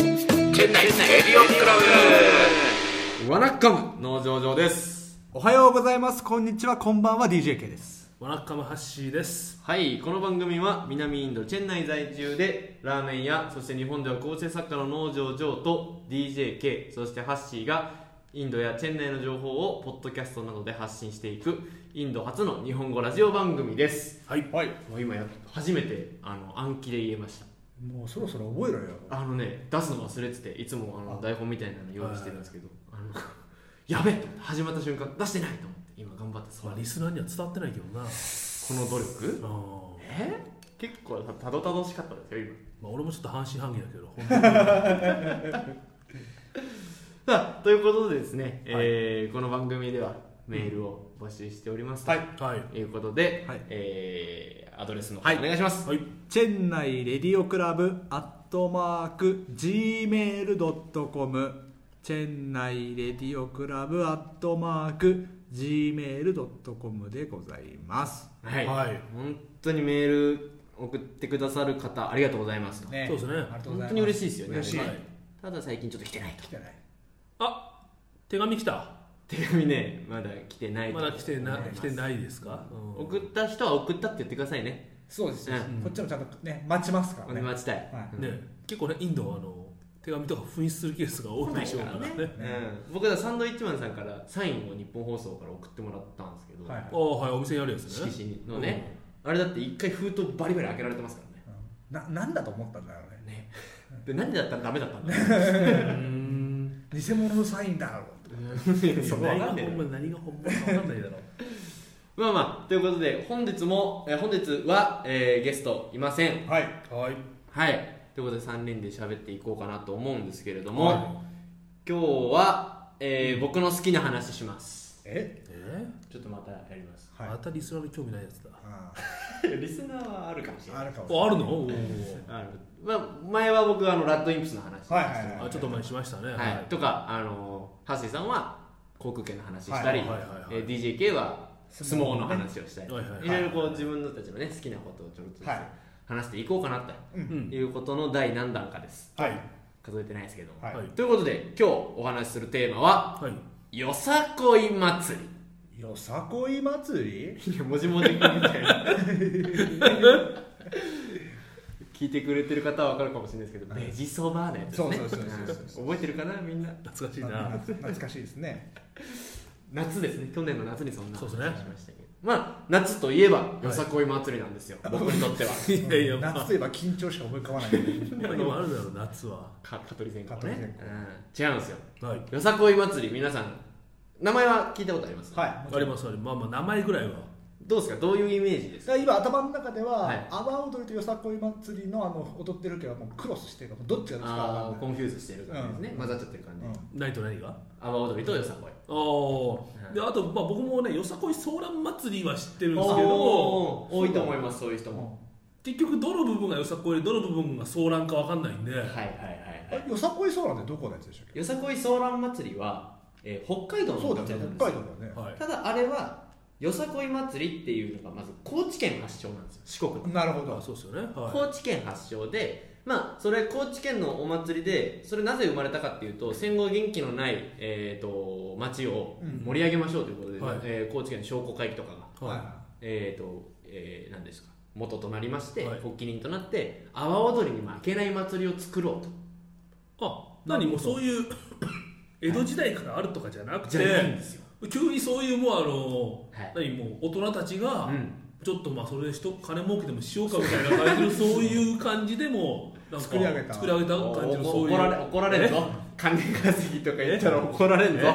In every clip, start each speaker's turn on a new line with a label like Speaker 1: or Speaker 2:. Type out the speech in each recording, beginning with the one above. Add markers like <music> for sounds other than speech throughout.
Speaker 1: 店内エリオンクラブワナッカム農場上です
Speaker 2: おはようございますこんにちはこんばんは DJK です
Speaker 3: ワナッカムハッシーです。
Speaker 1: はいこの番組は南インドチェン内在住でラーメン屋そして日本では構成作家の農場上と DJK そしてハッシーがインドやチェン内の情報をポッドキャストなどで発信していくインド初の日本語ラジオ番組です
Speaker 3: はい。
Speaker 2: はい
Speaker 1: もう今や初めてあの暗記で言えました
Speaker 2: もうそろそろ覚えろよ
Speaker 1: あのね出すの忘れてていつもあの台本みたいなの用意してるんですけどあのやべえと思って始まった瞬間出してないと思って今頑張ってそ
Speaker 3: ま
Speaker 1: う
Speaker 3: あ、リスナーには伝わってないけどな。あ
Speaker 1: この努力
Speaker 3: ー
Speaker 1: え結構たたどたどしかったですよ今
Speaker 3: まあ、俺もちょっと半信半疑だけど、本当に
Speaker 1: さあということでですね、えーこの番組ではメールを募集しておりますと、
Speaker 2: はい
Speaker 3: はい。
Speaker 1: ということで、
Speaker 2: はい
Speaker 1: えーアドレスの方
Speaker 2: はい
Speaker 1: お願いします、
Speaker 3: はい。
Speaker 2: チェンナイレディオクラブアットマーク Gmail.com チェンナイレディオクラブアットマーク Gmail.com でございます
Speaker 1: はい
Speaker 3: はい
Speaker 1: 本当にメール送ってくださる方ありがとうございますと、
Speaker 2: ね
Speaker 3: そうですね
Speaker 2: ありがとうございます
Speaker 1: 本当に嬉しいですよね
Speaker 2: 嬉しい、
Speaker 1: は
Speaker 3: はいい
Speaker 1: ただ最近ちょっと来てないと
Speaker 2: 来てない
Speaker 3: あ手紙来た。
Speaker 1: 手紙ねまだ来てないと
Speaker 3: まだ来てな
Speaker 2: はい
Speaker 3: 来てないですか、うん
Speaker 1: 送った人は送ったって言ってくださいね
Speaker 2: そうです
Speaker 1: ね
Speaker 2: こっちもちゃんとね待ちますか
Speaker 1: 待ちたい、
Speaker 2: は
Speaker 1: うん
Speaker 3: ね、結構ね、インドはあの手紙とか紛失するケースが多いでしょうからね。
Speaker 1: うん、僕はサンドイッチマンさんからサインを日本放送から送ってもらったんですけど、
Speaker 2: はい
Speaker 3: ああ、はい、お店にあるやつね
Speaker 1: 色。紙のね、あれだって一回封筒バリバリ開けられてますからね
Speaker 2: ななんだと思ったんだろうね
Speaker 1: ねで何でだったらダメだったんだろううーん
Speaker 2: 偽物のサインだろ
Speaker 1: <laughs>
Speaker 2: う
Speaker 1: そこわ
Speaker 3: 何
Speaker 1: か
Speaker 3: が
Speaker 1: んねえ
Speaker 3: 本
Speaker 1: な
Speaker 3: 物、何が本物か分かんない
Speaker 1: <laughs>
Speaker 3: だろう。
Speaker 1: まあまあということで本日も、えー本日は、えーゲストいません
Speaker 2: はい
Speaker 3: はい。
Speaker 1: はいということで3人で喋っていこうかなと思うんですけれども、
Speaker 3: は
Speaker 1: 今日は、えー僕の好きな話します
Speaker 2: え
Speaker 3: え
Speaker 1: ちょっとまたやります
Speaker 2: はい
Speaker 3: またリスナーの興味ないやつだ。
Speaker 2: あ
Speaker 1: <laughs> リスナーはあるかもしれ
Speaker 2: ー
Speaker 1: な
Speaker 2: あ
Speaker 1: い
Speaker 2: るかもしれ
Speaker 3: お
Speaker 2: ない
Speaker 3: あるのお
Speaker 1: あるまあ、前は僕はあのラッドインプスの話、
Speaker 2: はいはいはい
Speaker 3: ーあちょっと前にしましたね。
Speaker 1: はいとか、あのハッシーさんは航空券の話したり、
Speaker 3: はいはいはいはい
Speaker 1: えー DJK は相撲の話をしたり、
Speaker 3: はいはいいはい
Speaker 1: ろいろこう自分たちの、ね、好きなことをちょろっとずつ
Speaker 2: はい
Speaker 1: 話していこうかな
Speaker 2: う
Speaker 3: うんん
Speaker 1: ということの第何弾かです。
Speaker 2: はい
Speaker 1: 数えてないですけども、
Speaker 2: はい
Speaker 3: はい
Speaker 1: ということで、今日お話しするテーマは、
Speaker 3: はい。
Speaker 1: よさこい祭
Speaker 2: よさこい祭り
Speaker 1: り。いや、もじもじみたいな。 <laughs> 聞いてくれてる方は分かるかもしれないですけど、
Speaker 2: はい
Speaker 1: ベジそばのやつですね。
Speaker 2: そうそうそうそうそう
Speaker 1: 覚えてるかな、みんな。
Speaker 3: 懐かしい
Speaker 2: な
Speaker 1: <laughs>
Speaker 3: な。
Speaker 2: 懐かしいですね
Speaker 1: 夏ですね去年の夏にそんな
Speaker 3: そう
Speaker 1: 話
Speaker 3: で
Speaker 1: し
Speaker 3: すね
Speaker 1: ましたけど、まあ夏といえばよさこい祭りなんですよ、僕にとっては
Speaker 3: いやいや、まあ
Speaker 2: 夏といえば緊張しか思い浮かばないけど
Speaker 3: まあ今あるだろう、夏は。
Speaker 1: か蚊取り線香
Speaker 2: 蚊取り線
Speaker 1: ね、うん、違うんですよ
Speaker 3: はい。
Speaker 1: よさこい祭り皆さん名前は聞いたことあります、
Speaker 2: は
Speaker 3: ありますあります。まあまあ、名前ぐらいは。
Speaker 1: どうですかどういうイメージで
Speaker 2: い
Speaker 1: す
Speaker 2: だから今頭の中では
Speaker 1: はい
Speaker 2: 阿波、踊りとよさこい祭りのあの踊ってるけどもうクロスしてるどっちがどっちか
Speaker 1: あ
Speaker 2: わか
Speaker 1: あ
Speaker 2: んな
Speaker 1: コ
Speaker 2: い
Speaker 1: ンフューズしてる感じですね、
Speaker 2: うん
Speaker 1: 混ざっちゃってる感じ、
Speaker 3: 何と何があ
Speaker 1: 阿波踊りとよさこい
Speaker 3: あー。で、あと、まあ僕もね、よさこいソーラン祭りは知ってるんですけど、
Speaker 1: おー多いと思いますそういう人
Speaker 2: うん
Speaker 1: も、
Speaker 3: 結局どの部分がよさこいで、どの部分がソーランかわかんないんで、
Speaker 1: はいはいはいはい
Speaker 2: あれよさこいそうなんてどこのやつでしたっけ
Speaker 1: よさこいソーラン祭りは、えー北海道の
Speaker 2: そうだよ
Speaker 1: 祭りなん
Speaker 2: ね
Speaker 1: です
Speaker 2: 北
Speaker 1: よ
Speaker 2: 海道だよね、
Speaker 3: はい。
Speaker 1: ただあれはよさこい祭りっていうのがまず高知県発祥なんですよ四国の、
Speaker 2: なるほ
Speaker 3: まあ
Speaker 2: ど
Speaker 3: そうですよね。は
Speaker 1: 高知県発祥でまあそれ高知県のお祭りでそれなぜ生まれたかっていうと戦後元気のない、えー、と町を盛り上げましょうということで、
Speaker 3: はい
Speaker 1: えー高知県の商工会議とかが、
Speaker 3: い。は
Speaker 1: えーとえー何ですか元となりまして、
Speaker 3: はい
Speaker 1: 発起人となって阿波踊りに負けない祭りを作ろうと
Speaker 3: い。あ、何もうそういう、 <coughs> 江戸時代からあるとかじゃなく
Speaker 1: じゃないん
Speaker 3: て、
Speaker 1: ですよ、
Speaker 3: 急にそういうもうあ
Speaker 1: はい
Speaker 3: の、何もう大人たちが
Speaker 1: う、ん、
Speaker 3: ちょっとまあそれで人金儲けでもしようかみたいな感じのそういう感じでもなんか
Speaker 2: 作り上げた
Speaker 3: 作り上げた感じのそういう
Speaker 1: 怒られ怒られるぞ金稼ぎとか言ったら怒られるぞ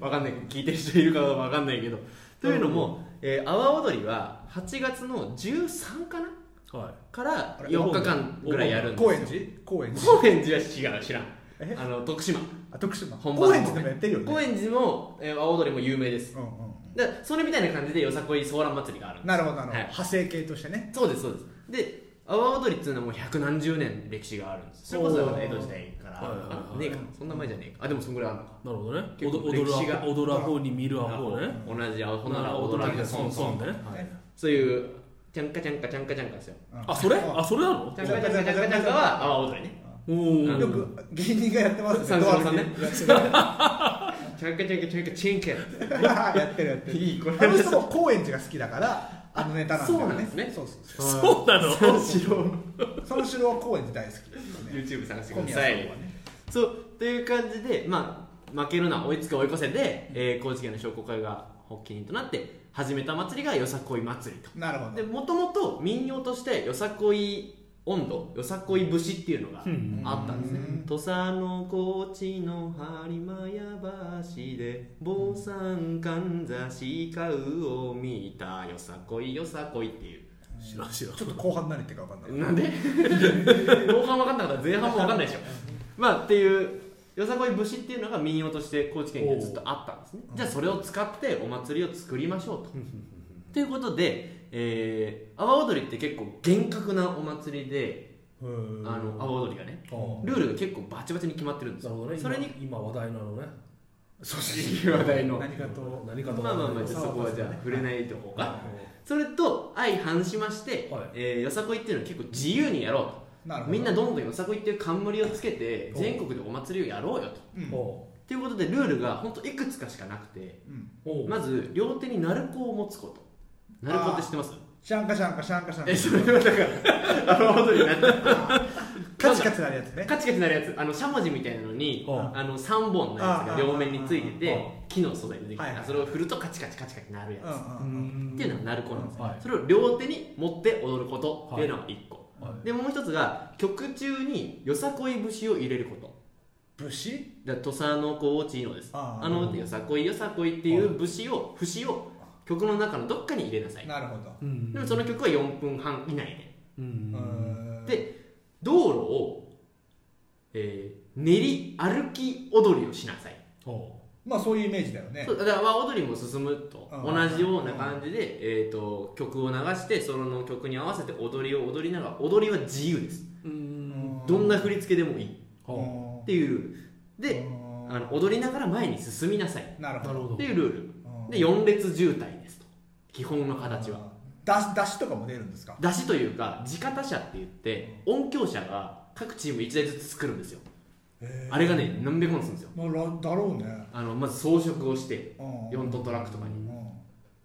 Speaker 1: わかんない聞いてる人いるかどうかわかんないけどというのも、えー阿波踊りは8月の13かな
Speaker 3: は
Speaker 1: から
Speaker 2: あれ
Speaker 1: 4日間ぐらいやるん
Speaker 2: 高
Speaker 1: で
Speaker 2: 円
Speaker 1: すよ
Speaker 2: 寺高円寺
Speaker 1: 高円寺は違う知らん
Speaker 2: え
Speaker 1: あの徳島
Speaker 2: あ徳島
Speaker 1: 本場の
Speaker 2: 高円寺でもやってるよね
Speaker 1: 高円寺も、えー阿波踊りも有名です
Speaker 2: うんうん
Speaker 1: でそれみたいな感じでよさこいソーラン祭りがある
Speaker 2: なるほどなるほど、
Speaker 1: はい
Speaker 2: 派生系としてね
Speaker 1: そうですそうですで阿波踊りっていうのはもう百何十年歴史があるんですそれこそだから江戸時代から
Speaker 3: はいはいはい
Speaker 1: あねえかそんな前じゃねえかあでもそんぐらいあるのか
Speaker 3: いなるほどね
Speaker 1: 結構
Speaker 3: 踊
Speaker 1: 歴
Speaker 3: る
Speaker 1: 史が
Speaker 3: 踊るアホに見るアホね
Speaker 1: 同じ青ほなら踊ら
Speaker 3: だ
Speaker 1: け
Speaker 3: け
Speaker 1: で
Speaker 3: で
Speaker 1: 損
Speaker 3: 損
Speaker 1: 損
Speaker 3: 損
Speaker 1: ね
Speaker 3: ね
Speaker 2: はい
Speaker 1: そういうちゃんかちゃんかちゃんかちゃんかですよ
Speaker 2: うん
Speaker 3: あそれあそれなの
Speaker 1: ちゃんかちゃんかちゃんかちゃんかは阿波踊りね
Speaker 2: あ
Speaker 3: おー
Speaker 1: うん
Speaker 3: よ
Speaker 4: よ
Speaker 3: く
Speaker 4: く芸人がやってます
Speaker 1: 三四郎さんね
Speaker 4: ドア
Speaker 1: チャンカチャンカチャンカチンケ
Speaker 4: 開けて <laughs> やってるやってる
Speaker 1: いいこれ
Speaker 4: あの人も高円寺が好きだからあのネタなんだ
Speaker 1: そ
Speaker 4: よね
Speaker 1: うなんですね
Speaker 4: そうそうそ
Speaker 3: そうなの
Speaker 1: 三四郎
Speaker 4: うその城は高円寺大好きですね
Speaker 1: YouTube 探して
Speaker 4: 小
Speaker 1: くだ
Speaker 4: 宮
Speaker 1: さ
Speaker 4: さんはいね
Speaker 1: そうという感じで、まあ、負けるな追いつけ追い越せで、えー高知県の商工会が発起人となって始めた祭りがよさこい祭りと
Speaker 4: なるほ
Speaker 1: で
Speaker 4: ど
Speaker 1: もともと民謡としてよさこい音頭よさこい節っていうのが
Speaker 3: うん
Speaker 1: あったんですね
Speaker 4: うん
Speaker 1: 土佐の高知の播磨屋橋で坊さんかんざしかうを見たよさこいよさこいっていう
Speaker 3: 知らん知らん
Speaker 4: ちょっと後半何言ってるか分かんない
Speaker 1: なんで後半分かんなかったら前半も分かんないでしょまあっていうよさこい節っていうのが民謡として高知県でずっとあったんですね
Speaker 4: おう
Speaker 1: じゃあそれを使ってお祭りを作りましょうとということで、えー阿波踊りって結構厳格なお祭りで
Speaker 4: あ
Speaker 1: あの阿波踊りがね
Speaker 3: あ
Speaker 1: ルールが結構バチバチに決まってるんです
Speaker 3: な
Speaker 1: よ
Speaker 3: るほどね
Speaker 1: それに
Speaker 3: 今今話題なのね
Speaker 1: 組織話題のま
Speaker 4: 何かと
Speaker 3: 何かと
Speaker 1: あまあまあそこはじゃあ触れないとこうか
Speaker 3: あ
Speaker 1: それと相反しまして、
Speaker 3: はい
Speaker 1: えーよさこいっていうのは結構自由にやろうと
Speaker 4: なるほど
Speaker 1: みんなどんどんよさこいっていう冠をつけて
Speaker 3: お
Speaker 1: 全国でお祭りをやろうよと。
Speaker 4: うん
Speaker 3: お
Speaker 1: ということでルールが本当いくつかしかなくて
Speaker 4: うん
Speaker 3: お
Speaker 1: まず両手に鳴子を持つこと鳴子って知ってます
Speaker 4: シャンカシャンカシャンカシャンカ
Speaker 1: えそれはだからあの本当になって
Speaker 4: カチカチなるやつね
Speaker 1: <laughs> カチカチなるやつあのしゃもじみたいなのに
Speaker 3: お
Speaker 1: あの3本のやつが両面について
Speaker 3: あ
Speaker 1: て木の素材ででき
Speaker 4: はいは
Speaker 1: た
Speaker 4: い
Speaker 1: それを振るとカチカチカチカチなるや
Speaker 4: うん
Speaker 1: つ
Speaker 4: うんうん
Speaker 1: っていうのが鳴子なんです
Speaker 3: はい
Speaker 1: それを両手に持って踊ることっていうのが1個
Speaker 3: はい
Speaker 1: でもう一つが曲中によさこい節を入れること
Speaker 4: 武士
Speaker 1: だから土佐の高知のです
Speaker 4: あ
Speaker 1: あ
Speaker 4: ー
Speaker 1: のよさこいよさこいっていう節を節を曲の中のどっかに入れなさい
Speaker 4: なるほど
Speaker 3: うん
Speaker 1: でもその曲は4分半以内
Speaker 3: う
Speaker 4: うんん
Speaker 1: でで道路を、えー練り歩き踊りをしなさい
Speaker 3: お
Speaker 4: まあそういうイメージだよね
Speaker 1: そうだから和踊りも進むと
Speaker 4: うん
Speaker 1: 同じような感じで、えー、と曲を流してその曲に合わせて踊りを踊りながら踊りは自由です
Speaker 3: ううん
Speaker 1: どんな振り付けでもいい
Speaker 3: お
Speaker 1: っていうで
Speaker 4: うん
Speaker 1: あの踊りながら前に進みなさい
Speaker 4: なるほ
Speaker 3: なる
Speaker 4: ど
Speaker 3: ほ
Speaker 1: っ
Speaker 3: ど
Speaker 1: ていうルール
Speaker 4: うん
Speaker 1: で4列渋滞ですと基本の形は
Speaker 4: だしだしとかも出るんですか
Speaker 1: 出しというか地方車って言って音響車が各チーム1台ずつ作るんですよあれがね何百万するんですよ
Speaker 4: まあらだろうね
Speaker 1: あのまず装飾をして
Speaker 4: うん
Speaker 1: 4トントラックとか
Speaker 4: う
Speaker 1: に
Speaker 4: ん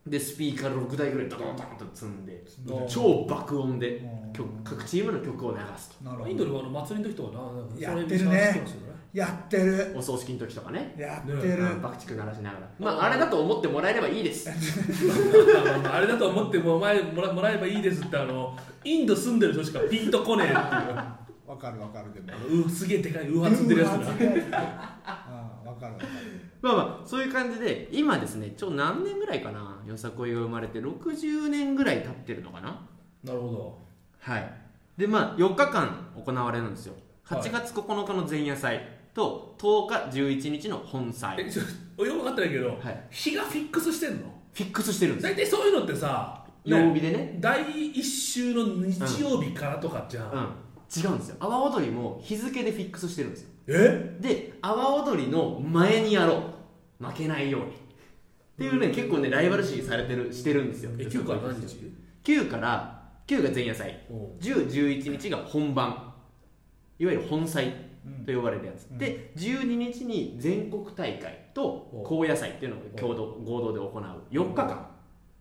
Speaker 1: でスピーカー6台ぐらいドドンドドンと積んで
Speaker 4: どう
Speaker 1: 超爆音で
Speaker 4: うん
Speaker 1: 曲各チームの曲を流すと
Speaker 4: なるほ
Speaker 3: インドではあの祭りの時とかななんか
Speaker 4: やってる
Speaker 3: そ
Speaker 4: ね
Speaker 3: れに一番好きなんですよね
Speaker 4: やってる
Speaker 1: お葬式の時とかね
Speaker 4: やって
Speaker 3: ね
Speaker 4: る
Speaker 1: うん爆竹鳴らしながらまああれだと思ってもらえればいいです
Speaker 3: あのあれだと思っても前もらもらえばいいですってあのインド住んでる人しかピンとこねえっていうあ
Speaker 4: わかるわかるでも
Speaker 3: のうすげえでかいウーハー積んでるやつ
Speaker 4: <laughs> うわ
Speaker 3: だ
Speaker 4: 熱いやつねあーわかるわかる
Speaker 1: まあまあそういう感じで今ですねちょ何年ぐらいかなよさこいが生まれて60年ぐらい経ってるのかな
Speaker 3: なるほ
Speaker 1: はい、でまあ4日間行われるんですよ
Speaker 3: はい
Speaker 1: 8月9日の前夜祭と10日11日の本
Speaker 3: どえ
Speaker 1: 祭
Speaker 3: ちょおよく分かってないけど、
Speaker 1: はい
Speaker 3: 日がフィックスしてんの
Speaker 1: フィックスしてるんです
Speaker 3: 大体そういうのってさ、ね
Speaker 1: 曜日でね
Speaker 3: 第一週の日曜日からとかじゃん、
Speaker 1: うん違うんですよ阿波踊りも日付でフィックスしてるんですよ
Speaker 3: え
Speaker 1: で阿波踊りの前にやろう負けないようにっていうね結構ねライバル視されてるしてるんですよ
Speaker 3: え9から何日
Speaker 1: 9から9が前夜祭
Speaker 3: お
Speaker 1: 1011日が本番いわゆる本祭と呼ばれるやつ、
Speaker 4: うん
Speaker 1: で12日に全国大会と高野祭っていうのを共同合同で行う4日間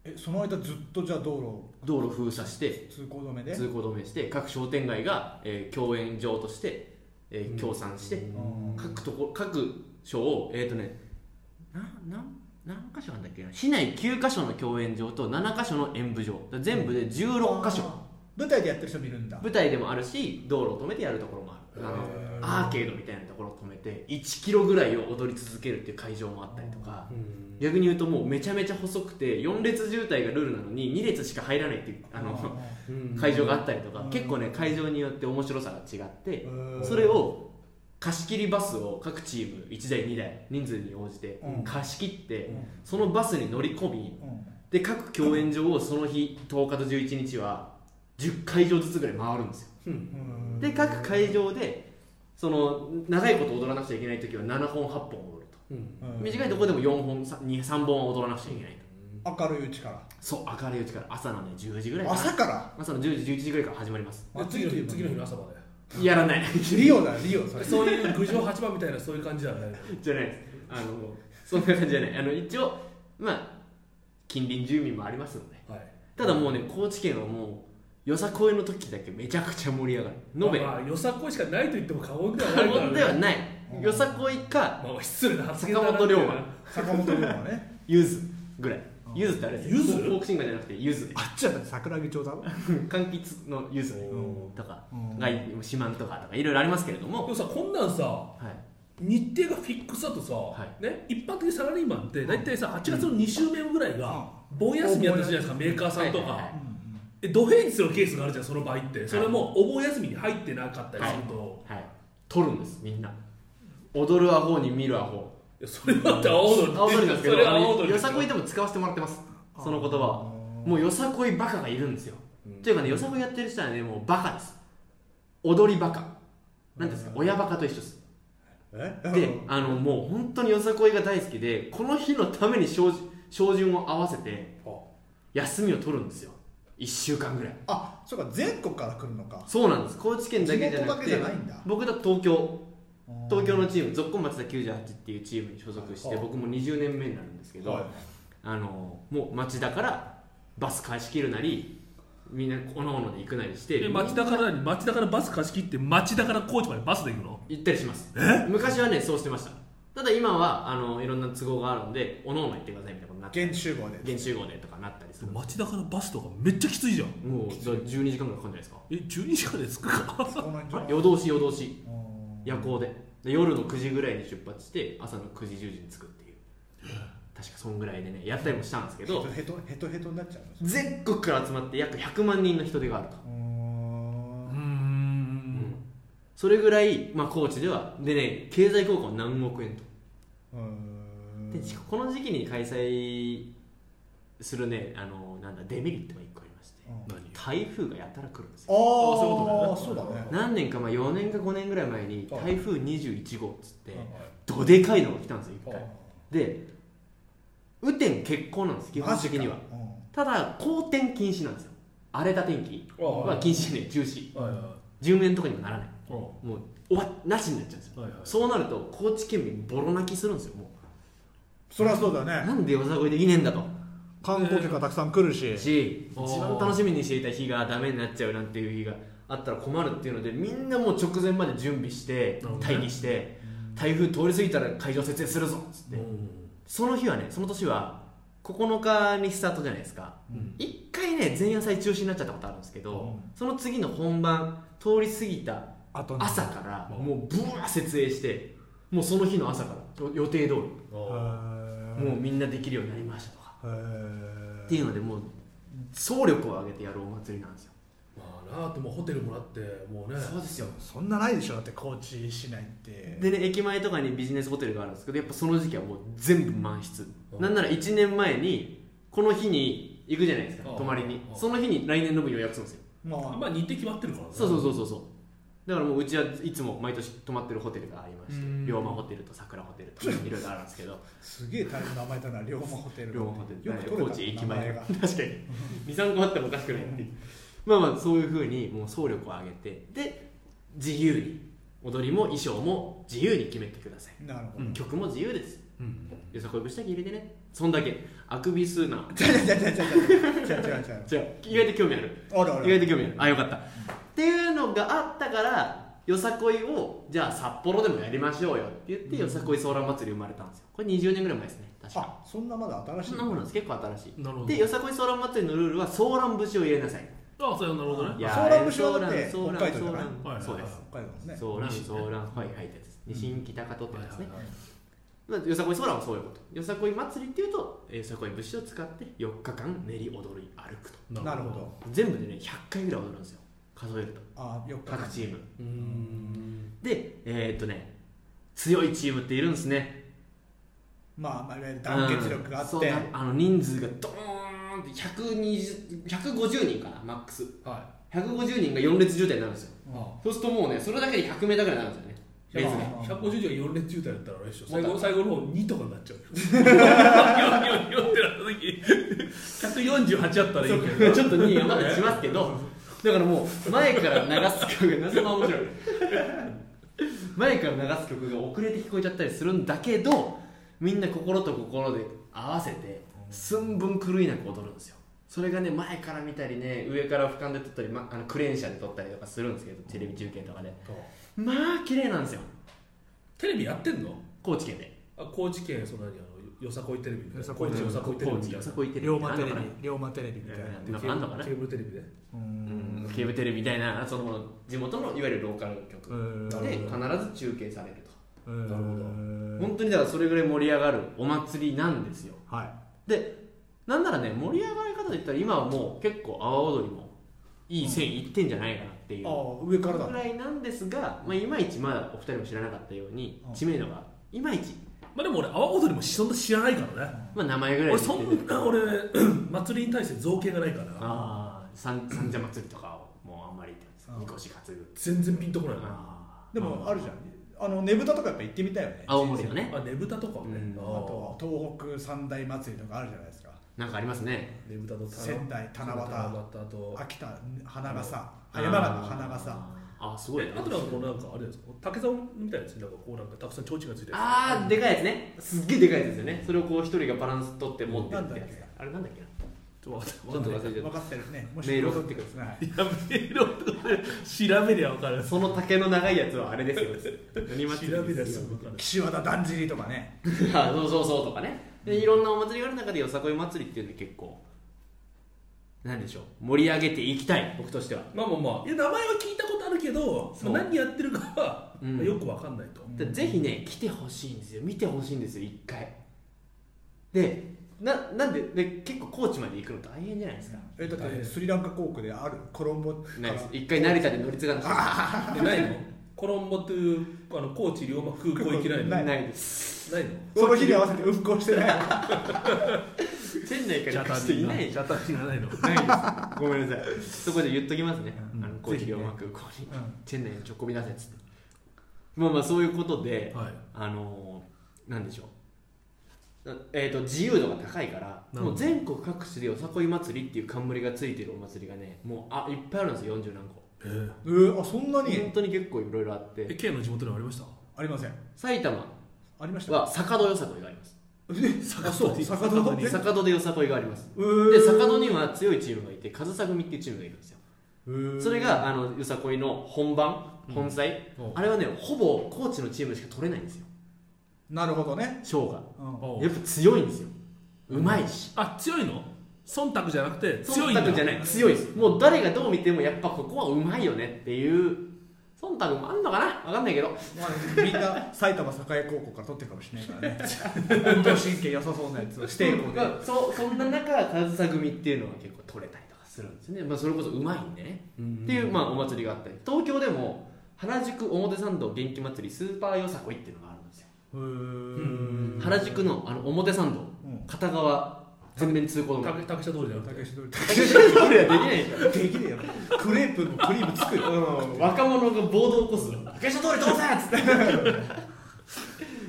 Speaker 4: えその間ずっとじゃあ道路を
Speaker 1: 道路封鎖して
Speaker 4: 通行止めで
Speaker 1: 通行止めして各商店街が、えー共演場として、えー協賛して、
Speaker 4: うん
Speaker 1: 各とこ各所をえっ、とねななん何箇所なんだっけな市内9箇所の共演場と7箇所の演舞場だから全部で16箇所
Speaker 4: あー舞台でやってる人もいるんだ
Speaker 1: 舞台でもあるし道路を止めてやるところもあるあのアーケードみたいなところを止めて1キロぐらいを踊り続けるっていう会場もあったりとか逆に言うともうめちゃめちゃ細くて4列渋滞がルールなのに2列しか入らないっていうあの会場があったりとか
Speaker 4: うん
Speaker 1: 結構ね会場によって面白さが違って
Speaker 4: うん
Speaker 1: それを貸し切りバスを各チーム1台2台人数に応じて
Speaker 4: うん
Speaker 1: 貸し切って
Speaker 4: うん
Speaker 1: そのバスに乗り込み
Speaker 4: うん
Speaker 1: で各共演場をその日10日と11日は10会場ずつぐらい回るんですよ
Speaker 4: うん
Speaker 1: で各会場でその長いこと踊らなくちゃいけない時は7本8本踊ると、
Speaker 4: うん
Speaker 1: 短いとこでも4本3本は踊らなくちゃいけないと
Speaker 4: 明るいうちから
Speaker 1: そう明るいうちから朝のね10時ぐらいから
Speaker 4: 朝から
Speaker 1: 朝の10時11時ぐらいから始まります
Speaker 3: で次の日次の日の朝まで
Speaker 1: やらない <laughs>
Speaker 4: リオだリオそれ
Speaker 3: そういう郡上八番みたいなそういう感じじゃない
Speaker 1: じゃないですあのそんな感じじゃないあの一応まあ近隣住民もありますので
Speaker 3: はい
Speaker 1: ただもうね高知県はもうよさこいの時だけめちゃくちゃ盛り上がる延べ
Speaker 3: まあまあよさこいしかないと言っても過言ではな
Speaker 1: 過
Speaker 3: いから
Speaker 1: 言では
Speaker 3: ね
Speaker 1: ない
Speaker 4: うん
Speaker 1: よさこいか
Speaker 3: まあ失礼な発言だな
Speaker 1: 坂本龍馬
Speaker 4: 坂本龍馬ね
Speaker 1: ゆずぐらいゆずってあれですよ
Speaker 3: ゆず
Speaker 1: フォークシンガーじゃなくてゆずで
Speaker 2: あっちは桜木町だろ
Speaker 1: 柑橘のゆず
Speaker 2: うん
Speaker 1: とか
Speaker 4: うん
Speaker 1: が四万とかとかいろいろありますけれど
Speaker 3: で
Speaker 1: も
Speaker 3: もさこんなんさ
Speaker 1: はい
Speaker 3: 日程がフィックスだとさ、
Speaker 1: は
Speaker 3: ね、一般的にサラリーマンって大体さ8月の2週目ぐらいが
Speaker 4: う
Speaker 3: 盆休みやったりするじゃないですかメーカーさんとか、
Speaker 1: はいはいはい
Speaker 3: で土平日のケースがあるじゃんその場合ってそれもお盆休みに入ってなかったりすると、い
Speaker 1: はい取るんですみんな踊るアホに見るアホ
Speaker 3: やそれはって青
Speaker 1: 青
Speaker 3: のり
Speaker 1: 鳥なんです
Speaker 3: <laughs>
Speaker 1: け
Speaker 3: それ
Speaker 1: ど
Speaker 3: は
Speaker 1: あ
Speaker 3: 青
Speaker 1: の
Speaker 3: 鳥
Speaker 1: よさこい
Speaker 3: い
Speaker 1: でも使わせてもらってますその言葉はもうよさこいバカがいるんですよというかねよさこいやってる人はねもうバカです踊りバカなんていうんですか親バカと一緒です
Speaker 4: え
Speaker 1: であのもう本当によさこいが大好きでこの日のために照準照準を合わせて休みを取るんですよ1週間ぐらい
Speaker 4: あそうか全国から来るのか
Speaker 1: そうなんです高知県だけじゃなくて
Speaker 4: 地元だけじゃないんだ
Speaker 1: 僕だと東京東京
Speaker 4: の
Speaker 1: のチームぞっこん松田98っていうチームに所属して
Speaker 4: はい
Speaker 1: 僕も20年目になるんですけど、
Speaker 4: はい
Speaker 1: あのもう町田からバス貸し切るなりみんなおのおので行くなりして
Speaker 3: え町田から何町田からバス貸し切って町田から高知までバスで行くの
Speaker 1: 行ったりします昔はねそうしてましたただ今はあのいろんな都合があるんでおのおの行ってくださいみたいなことになって
Speaker 4: 現地集合で
Speaker 1: 現集合でとかなったりするも
Speaker 3: 町田からバスとかめっちゃきついじゃん
Speaker 1: うだから12時間ぐらいかかるんじゃないですか
Speaker 3: え12時間で着くか
Speaker 4: そうなんじゃ
Speaker 1: あ
Speaker 4: ない
Speaker 1: 夜通し夜通し
Speaker 4: うん
Speaker 1: 夜行でで夜の9時ぐらいに出発して朝の9時10時に着くっていう確かそんぐらいでねやったりもしたんですけ
Speaker 4: ヘ
Speaker 1: ど
Speaker 4: トヘトヘトヘトになっちゃうの
Speaker 1: 全国から集まって約100万人の人出があると、
Speaker 4: うん
Speaker 3: うーん
Speaker 1: それぐらい、まあ、高知ではでね経済効果は何億円と、
Speaker 4: うん
Speaker 1: でしかもこの時期に開催するねあのなんだデメリットが1個ありまして
Speaker 4: うん
Speaker 3: 何
Speaker 1: 台風がやたら来るんです
Speaker 4: あ
Speaker 1: よ
Speaker 4: あ
Speaker 3: そういうこと
Speaker 4: そう
Speaker 3: だ
Speaker 4: だ
Speaker 3: よね
Speaker 4: ね
Speaker 1: 何年か前4年か5年ぐらい前に
Speaker 4: はい
Speaker 1: 台風21号っつって
Speaker 4: うん
Speaker 1: どでかいのが来たんですよ1
Speaker 4: あ
Speaker 1: 回で雨天決行なんです基本的には
Speaker 4: マジかうん
Speaker 1: ただ好天禁止なんですよ荒れた天気は禁止ね中止
Speaker 3: はいはい
Speaker 1: 10円とかにもならない
Speaker 3: うん
Speaker 1: もう終わなしになっちゃうんですよ
Speaker 3: はいはい
Speaker 1: そうなると高知県民ボロ泣きするんですよも
Speaker 4: そりゃそうだ
Speaker 1: う
Speaker 4: ね
Speaker 1: なんでよさこいできねえんだと
Speaker 2: 観光客がたくさん来るし
Speaker 1: し
Speaker 3: あー
Speaker 1: 一番楽しみにしていた日がダメになっちゃうなんていう日があったら困るっていうのでみんなもう直前まで準備して
Speaker 3: なるほどね
Speaker 1: 待機して台風通り過ぎたら会場設営するぞっつって、
Speaker 3: うん
Speaker 1: その日はねその年は9日にスタートじゃないですか
Speaker 3: うん
Speaker 1: 一回ね前夜祭中止になっちゃったことあるんですけど、その次の本番通り過ぎた
Speaker 2: あとね
Speaker 1: 朝からもうブワー設営してもうその日の朝からよ予定通りもうみんなできるようになりましたとか
Speaker 4: へ
Speaker 1: って
Speaker 4: え
Speaker 1: いうのでもう総力を挙げてやるお祭りなんですよ
Speaker 3: まあなあでもホテルもらってもうね
Speaker 1: うですよ
Speaker 4: そんなないでしょだって高知市内って
Speaker 1: でね駅前とかにビジネスホテルがあるんですけどやっぱその時期はもう全部満室
Speaker 3: うん
Speaker 1: なんなら1年前にこの日に行くじゃないですか
Speaker 3: うん
Speaker 1: 泊まりに
Speaker 3: うん
Speaker 1: その日に来年の分予約するんですよ
Speaker 4: まあ
Speaker 3: まあ日程決まってるからね
Speaker 1: そうそうそうそうそうだからもううちはいつも毎年泊まってるホテルがありまして
Speaker 3: うん
Speaker 1: 龍馬ホテルと桜ホテルとかいろいろあるんですけど
Speaker 4: すげえ大変な名前だな龍馬ホテル
Speaker 1: 龍馬ホテル
Speaker 4: よく取れた
Speaker 1: 高知駅
Speaker 4: 名
Speaker 1: 前
Speaker 4: 前
Speaker 1: が
Speaker 4: が
Speaker 1: <laughs> 確かに23個あってもおかしくないっていうまあまあそういうふうにもう総力を挙げてで自由に踊りも衣装も自由に決めてください、
Speaker 4: なるほ
Speaker 1: う
Speaker 4: ど
Speaker 1: ん、曲も自由です
Speaker 3: うん
Speaker 1: よさこい節だけ入れてねそんだけあくびすな
Speaker 4: 違う違う違う違う違う違う違う違う
Speaker 1: じゃあ意外と興味ある
Speaker 4: あるある
Speaker 1: 意外と興味あるあよかったっていうのがあったからよさこいをじゃあ札幌でもやりましょうよって言ってよさこいソーラン祭り生まれたんですよこれ20年ぐらい前ですね確か
Speaker 4: あそんなまだ新しい
Speaker 1: そんなものなんです結構新しい
Speaker 3: なるほど
Speaker 1: でよさこいソーラン祭りのルールはソーラン節を入れなさい
Speaker 3: ああそうなるほどね
Speaker 1: いや
Speaker 4: ソーラン節はだって
Speaker 1: ソーラン
Speaker 4: 北海道じゃない
Speaker 1: ソーラン
Speaker 3: はい
Speaker 1: そうです
Speaker 4: 北海道ですね
Speaker 1: ソーラン
Speaker 3: 西ね
Speaker 1: ソーランはいはいってやつです
Speaker 4: うん
Speaker 1: 西北高とってやつですね
Speaker 3: はいはいはい
Speaker 1: まあよさこいソーランはそういうことよさこい祭りっていうとえーよさこい節を使って4日間練り踊り歩くと
Speaker 4: なるほど
Speaker 1: 全部でね100回ぐらい踊るんですよ数えると
Speaker 4: あよく
Speaker 1: 各チーム
Speaker 3: うーん
Speaker 1: でえーっとね強いチームっているんですね
Speaker 4: まあまあいわゆる団結力があっ
Speaker 1: うん
Speaker 4: て
Speaker 1: そうあの人数がドーンって120 150人かなマックス
Speaker 3: は
Speaker 1: 150人が4列渋滞になるんですよ
Speaker 3: いあ
Speaker 1: そうするともうねそれだけで100名だからいになるんですよね列が
Speaker 4: あー
Speaker 3: 150人が4列中退だったらあれでしょ最
Speaker 1: も
Speaker 3: 後
Speaker 1: っ
Speaker 3: 最後の方2とかになっちゃうよ4 4 4ってなった時148あったらいいけど
Speaker 1: ちょっと2位余ってしますけどだからもう前から流す曲がなぜか面白い前から流す曲が遅れて聞こえちゃったりするんだけどみんな心と心で合わせて寸分狂いなく踊るんですよそれがね前から見たりね上から俯瞰で撮ったり、ま、あのクレーン車で撮ったりとかするんですけどテレビ中継とかでまあ綺麗なんですよ
Speaker 3: テレビやってんの
Speaker 1: 高知県で
Speaker 3: あ高知県その何あのよさこいテレビみたい
Speaker 2: よ
Speaker 3: な
Speaker 2: さ
Speaker 3: 高
Speaker 2: こい
Speaker 3: 知よさこいテレビ
Speaker 1: 高
Speaker 3: みた
Speaker 1: 知
Speaker 3: い
Speaker 1: よ
Speaker 3: な
Speaker 1: さこいテレビ
Speaker 2: 龍馬テレビ
Speaker 1: あんのか
Speaker 2: 龍馬テレビみたいな
Speaker 1: ななんかあんのかな
Speaker 3: ケーブルテレビで
Speaker 2: う
Speaker 1: なんうんケーブルテレビみたいなその地元のいわゆるローカル
Speaker 2: う
Speaker 1: 局
Speaker 2: ん
Speaker 1: で必ず中継されると
Speaker 2: うん
Speaker 3: なるほど
Speaker 1: 本当にだからそれぐらい盛り上がるお祭りなんですよ
Speaker 2: は
Speaker 1: でなんならね盛り上がり方で言ったら今はもう結構阿波踊りもいい線いってんじゃないかなっていう
Speaker 4: ああ上からだ
Speaker 1: ぐらいなんですが、まあ、いまいちまだお二人も知らなかったように
Speaker 4: うん
Speaker 1: 知名度がいまいち、
Speaker 3: まあでも俺阿波踊りもそんな知らないからね
Speaker 1: まあ、名前ぐらい
Speaker 3: 俺
Speaker 1: で
Speaker 3: そんな俺 <clears throat> 祭りに対して造形がないから
Speaker 1: ああ三三社祭りとかをもうあんまりみこし担ぐ
Speaker 3: 全然ピンとこないな
Speaker 1: あー
Speaker 4: でもあるじゃんあのねぶたとかやっぱ行ってみたいよね
Speaker 1: 青森のね
Speaker 3: あねぶたとかはね
Speaker 1: うん
Speaker 3: あ
Speaker 4: あ
Speaker 3: ー
Speaker 4: とは東北三大祭りとかあるじゃないですか
Speaker 1: なんかありますね
Speaker 3: ねぶたとたな
Speaker 4: 仙台七夕
Speaker 3: 夕と
Speaker 4: 秋田花笠あ山形花笠
Speaker 1: あーあーすごい
Speaker 3: えあとなんかこうなんかあれですか竹竿みたいなやつになんかこうなんかたくさん提灯がついてる
Speaker 1: あーでかいやつねすっげえでかいやつですよねそれをこう一人がバランス取って持って
Speaker 4: な
Speaker 1: っ
Speaker 4: んだ
Speaker 1: て
Speaker 4: っ
Speaker 1: やつ
Speaker 4: け
Speaker 1: あれなんだっけな
Speaker 3: ちょっ
Speaker 1: ちょ
Speaker 3: と
Speaker 1: っと
Speaker 3: 待って
Speaker 1: 忘れちゃ
Speaker 4: 分
Speaker 1: っ
Speaker 4: かってるねも
Speaker 1: メー
Speaker 4: し
Speaker 1: ル
Speaker 4: 戻ってくるんですねはい
Speaker 3: やめろと調べりゃ分かる
Speaker 1: たその竹の長いやつはあれですよ何祭
Speaker 3: 調
Speaker 1: り
Speaker 3: べりゃ
Speaker 1: ですす
Speaker 3: ぐ分かる
Speaker 4: 岸和田だんじりとかね
Speaker 1: <laughs> あそうそうそうとかねでいろんなお祭りがある中でよさこい祭りっていうのは結構なんでしょう盛り上げていきたい僕としては
Speaker 3: まあまあまあいや名前は聞いたことあるけど
Speaker 1: そう
Speaker 3: まあ何やってるかは
Speaker 1: うん
Speaker 3: まあよく分かんないと
Speaker 1: でぜひね来てほしいんですよ見てほしいんですよ一回でななんでで結構高知まで行くの大変じゃないですか、
Speaker 4: えだっ
Speaker 3: 大変
Speaker 4: てスリランカ航空であるコロンボから
Speaker 1: ないです一回成田で乗り継がなくて
Speaker 3: でないのコロンボというあの高知龍馬空港行きないの
Speaker 4: な
Speaker 3: ない
Speaker 4: い
Speaker 1: ないです
Speaker 3: の
Speaker 4: その日に合わせて運航してない
Speaker 1: 店内から行く人いないでしょ
Speaker 3: ャタンがないの
Speaker 1: ないですごめんなさいそこで言っときますね、
Speaker 2: うん
Speaker 1: あの高知
Speaker 2: ぜひ
Speaker 1: 龍
Speaker 2: ね
Speaker 1: 馬空港に、
Speaker 4: うん
Speaker 1: チェン内のちょこび出せっつってまあまあそういうことで、
Speaker 3: はい
Speaker 1: あのー、なんでしょうなえー、と自由度が高いから
Speaker 3: ど
Speaker 1: もう全国各地でよさこい祭りっていう冠がついてるお祭りがねもうあいっぱいあるんですよ40何個
Speaker 4: えー、あそんな
Speaker 1: 本
Speaker 4: に
Speaker 1: 当に結構いろいろあっ
Speaker 3: え
Speaker 1: て
Speaker 3: K の地元ではありました
Speaker 4: ありません
Speaker 1: 埼玉
Speaker 4: ありました
Speaker 1: は坂戸よさこいがあります
Speaker 4: えあそう坂戸のえ
Speaker 1: 坂戸でよさこいがあります
Speaker 4: うーん
Speaker 1: で坂戸には強いチームがいて上総組っていうチームがいるんですよ
Speaker 4: うーん
Speaker 1: それがあのよさこいの本番本祭、
Speaker 3: うん
Speaker 1: あれはねほぼ高知のチームしか取れないんですよ
Speaker 4: なるほどね、
Speaker 1: 賞が
Speaker 4: うん
Speaker 3: お
Speaker 1: やっぱ強いんですようまいし
Speaker 3: あ強いの忖度じゃなくて強い
Speaker 1: 忖
Speaker 3: んだ
Speaker 1: 度じゃない強いですもう誰がどう見てもやっぱここはうまいよねっていう忖度もあんのかな分かんないけど
Speaker 4: まあ、みんな埼玉栄高校から取ってるかもしれないからね運動神経良さそうなやつを指定校で
Speaker 1: まあそうそんな中上総組っていうのは結構取れたりとかするんですね、まあ、それこそうまいんでねっていう、まあ、お祭りがあったり東京でも原宿表参道元気祭りスーパーよさこいっていうのがあるんですよ
Speaker 4: うー
Speaker 3: うん
Speaker 4: ん
Speaker 1: 原宿のあの表参道
Speaker 4: うん
Speaker 1: 片側全面通行止め
Speaker 3: 竹竹下通りじゃなくて
Speaker 4: 竹下通り <laughs>
Speaker 1: 竹下通りはできないでしょ
Speaker 4: できねえよクレープもクリーム作る
Speaker 1: 若者が暴動を起こすの竹下通りどうせっつって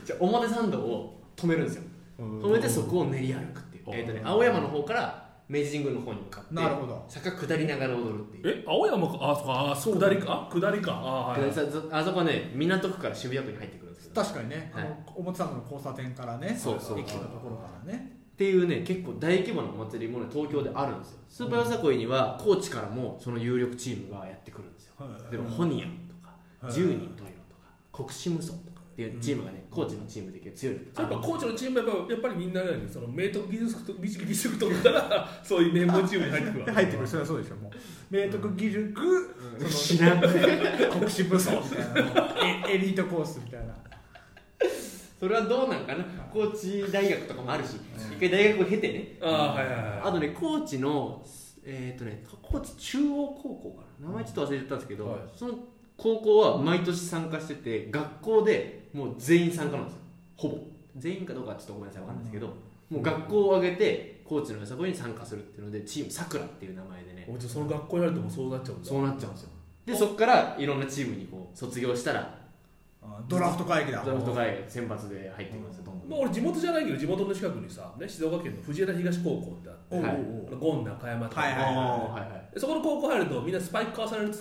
Speaker 1: じゃあ表参道を止めるんですよ止めてそこを練り歩くっていう、
Speaker 3: うん
Speaker 1: えーとね、青山の方から明治神宮の方に向かって
Speaker 4: なるほど
Speaker 1: 坂下りながら踊るっていう
Speaker 3: え青山かあそうかあそう下りかあ下りかあはい
Speaker 1: でさずあそこはね港区から渋谷区に入ってくるんですけどっ
Speaker 4: 確かにね、
Speaker 1: はい
Speaker 4: あの表参道の交差点からね
Speaker 1: そうそう
Speaker 4: 駅のところからね
Speaker 1: ていうね結構大規模なお祭りもね東京であるんですよスーパーよさこいには高知からもその有力チームがやってくるんですよ
Speaker 4: はい
Speaker 1: でもホニアンとか
Speaker 4: はい
Speaker 1: 十人十色とか国士無双とかっていうチームがね高知のチームで結構強い
Speaker 3: やっぱコーチのチームはやっぱやっぱりみんなねその明徳義塾と義塾とかから <laughs> そういう名門チームに入ってくる
Speaker 4: で
Speaker 3: わ
Speaker 4: <laughs> 入ってくるそれはそうでしょもう明徳義塾、そ
Speaker 1: 知らん
Speaker 4: の国士武装みたい
Speaker 1: <laughs>
Speaker 4: なエエリートコースみたいな
Speaker 1: それはどうなんかな高知大学とかもあるし一回大学を経てね
Speaker 3: ああはいはいはい
Speaker 1: あとね高知のえっ、とね高知中央高校かな名前ちょっと忘れちゃったんですけど、
Speaker 3: はい
Speaker 1: その高校は毎年参加してて学校でもう全員参加なんですよほぼ全員かどうかはちょっとごめんなさいわかんないですけど、もう学校を挙げて高知のよさこいに参加するっていうのでチームさくらっていう名前でね
Speaker 3: おじゃその学校になるともうそうなっちゃうんだ
Speaker 1: そうなっちゃうんですよでそっからいろんなチームにこう卒業したら
Speaker 4: あドラフト会議だ
Speaker 1: ドラフト会選抜で入ってきますよどんどん
Speaker 3: まあ、俺地元じゃないけど地元の近くにさ、ね、静岡県の藤枝東高校ってあって
Speaker 4: おうおうおう
Speaker 3: あのゴン中山とか、
Speaker 4: はいはい
Speaker 1: はいはい
Speaker 3: そこの高校入るとみんなスパイク買わされるって